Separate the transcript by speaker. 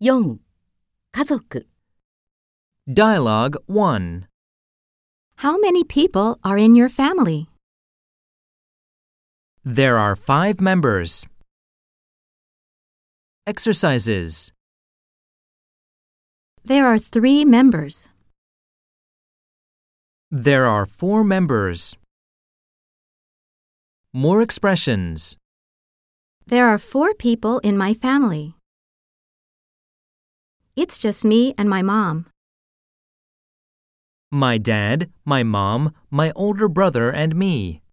Speaker 1: 4. 家族
Speaker 2: Dialogue 1.
Speaker 3: How many people are in your family?
Speaker 2: There are five members. Exercises.
Speaker 3: There are three members.
Speaker 2: There are four members. More expressions.
Speaker 3: There are four people in my family. It's just me and my mom.
Speaker 2: My dad, my mom, my older brother, and me.